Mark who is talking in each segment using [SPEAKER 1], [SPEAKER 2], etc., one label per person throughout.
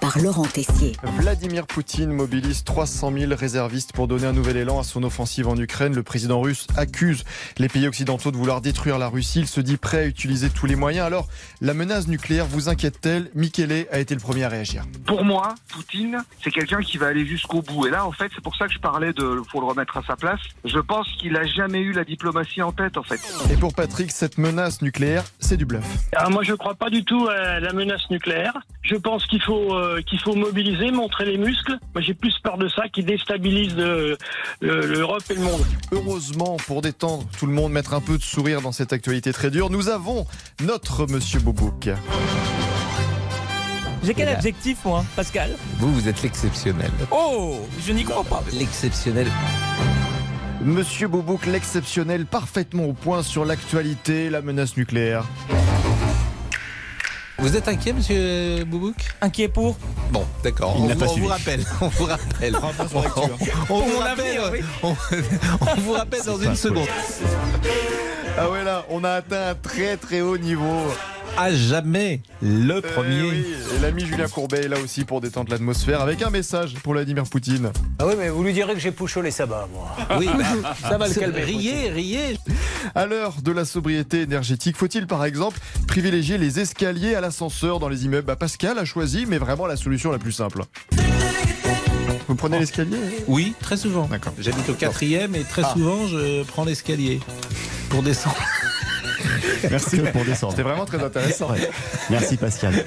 [SPEAKER 1] par Laurent Tessier.
[SPEAKER 2] Vladimir Poutine mobilise 300 000 réservistes pour donner un nouvel élan à son offensive en Ukraine. Le président russe accuse les pays occidentaux de vouloir détruire la Russie. Il se dit prêt à utiliser tous les moyens. Alors, la menace nucléaire vous inquiète-t-elle Michele a été le premier à réagir.
[SPEAKER 3] Pour moi, Poutine, c'est quelqu'un qui va aller jusqu'au bout. Et là, en fait, c'est pour ça que je parlais de faut le remettre à sa place. Je pense qu'il a jamais eu la diplomatie en tête, en fait.
[SPEAKER 2] Et pour Patrick, cette menace nucléaire, c'est du bluff.
[SPEAKER 4] Alors Ah, moi, je ne crois pas du tout à la menace nucléaire. Je pense qu'il faut euh, qu'il faut mobiliser, montrer les muscles. Moi, j'ai plus peur de ça qui déstabilise euh, le- l'Europe et le monde.
[SPEAKER 2] Heureusement, pour détendre tout le monde, mettre un peu de sourire dans cette actualité très dure, nous avons notre monsieur Boubouk.
[SPEAKER 5] J'ai quel
[SPEAKER 6] Et là-
[SPEAKER 5] objectif, moi, Pascal
[SPEAKER 6] Vous, vous êtes l'exceptionnel.
[SPEAKER 5] Oh, je n'y crois pas.
[SPEAKER 6] L'exceptionnel.
[SPEAKER 2] Monsieur Boubouk, l'exceptionnel, parfaitement au point sur l'actualité, la menace nucléaire.
[SPEAKER 6] Vous êtes inquiet, monsieur Boubouk
[SPEAKER 5] Inquiet pour
[SPEAKER 6] Bon, d'accord. On, vous- on vous rappelle. On vous rappelle. hein. on, vous rappelle. on, on vous rappelle dans une seconde.
[SPEAKER 2] Ah ouais là, on a atteint un très très haut niveau.
[SPEAKER 6] À jamais le
[SPEAKER 2] Eh
[SPEAKER 6] premier.
[SPEAKER 2] oui, Et l'ami Julien Courbet est là aussi pour détendre l'atmosphère avec un message pour Vladimir Poutine.
[SPEAKER 7] Ah oui, mais vous lui direz que j'ai poucho les sabbats, moi.
[SPEAKER 6] Oui,
[SPEAKER 7] Ça va le calmer.
[SPEAKER 6] Riez, riez.
[SPEAKER 2] À l'heure de la sobriété énergétique, faut-il par exemple privilégier les escaliers à l'ascenseur dans les immeubles Bah, Pascal a choisi, mais vraiment la solution la plus simple. Vous prenez l'escalier
[SPEAKER 6] Oui, très souvent.
[SPEAKER 2] D'accord.
[SPEAKER 6] J'habite au quatrième et très
[SPEAKER 2] Ah.
[SPEAKER 6] souvent, je prends l'escalier pour descendre.
[SPEAKER 2] Merci pour descendre. C'était vraiment très intéressant.
[SPEAKER 8] Merci Pascal.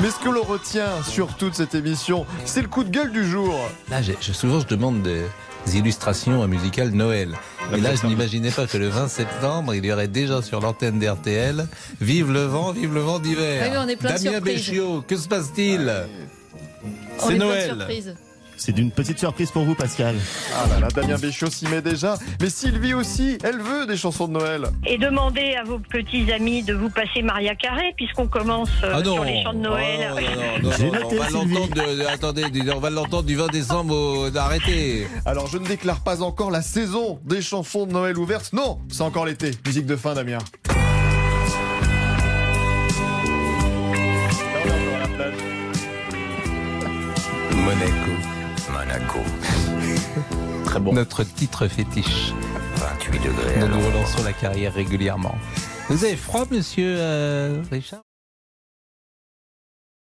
[SPEAKER 2] Mais ce que l'on retient sur toute cette émission, c'est le coup de gueule du jour.
[SPEAKER 6] Là, j'ai- je- souvent, je demande des illustrations musicales Noël. Et là, je n'imaginais pas que le 20 septembre, il y aurait déjà sur l'antenne d'RTL Vive le vent, vive le vent d'hiver.
[SPEAKER 9] Ah oui, on est plein de
[SPEAKER 6] Damien
[SPEAKER 9] surprises.
[SPEAKER 6] Béchiot, que se passe-t-il
[SPEAKER 9] On est
[SPEAKER 6] C'est
[SPEAKER 9] plein de
[SPEAKER 6] Noël.
[SPEAKER 9] surprises.
[SPEAKER 8] C'est d'une petite surprise pour vous Pascal.
[SPEAKER 2] Ah là là, Damien Béchiot s'y met déjà. Mais Sylvie aussi, elle veut des chansons de Noël.
[SPEAKER 10] Et demandez à vos petits amis de vous passer Maria Carré, puisqu'on commence euh,
[SPEAKER 6] Ah non.
[SPEAKER 10] sur les chants de Noël.
[SPEAKER 6] Oh, non, non, non,
[SPEAKER 8] J'ai
[SPEAKER 6] non,
[SPEAKER 8] noté,
[SPEAKER 6] on va
[SPEAKER 8] Sylvie.
[SPEAKER 6] l'entendre de- de- attendez, dis- on va l'entendre du 20 décembre au- euh, d'arrêter.
[SPEAKER 2] Alors je ne déclare pas encore la saison des chansons de Noël ouvertes. Non, c'est encore l'été. Musique de fin, Damien.
[SPEAKER 6] Monaco,
[SPEAKER 11] Monaco,
[SPEAKER 8] Très bon.
[SPEAKER 6] notre titre fétiche.
[SPEAKER 11] 28 degrés.
[SPEAKER 6] Nous nous relançons la carrière régulièrement. Vous avez froid, monsieur euh, Richard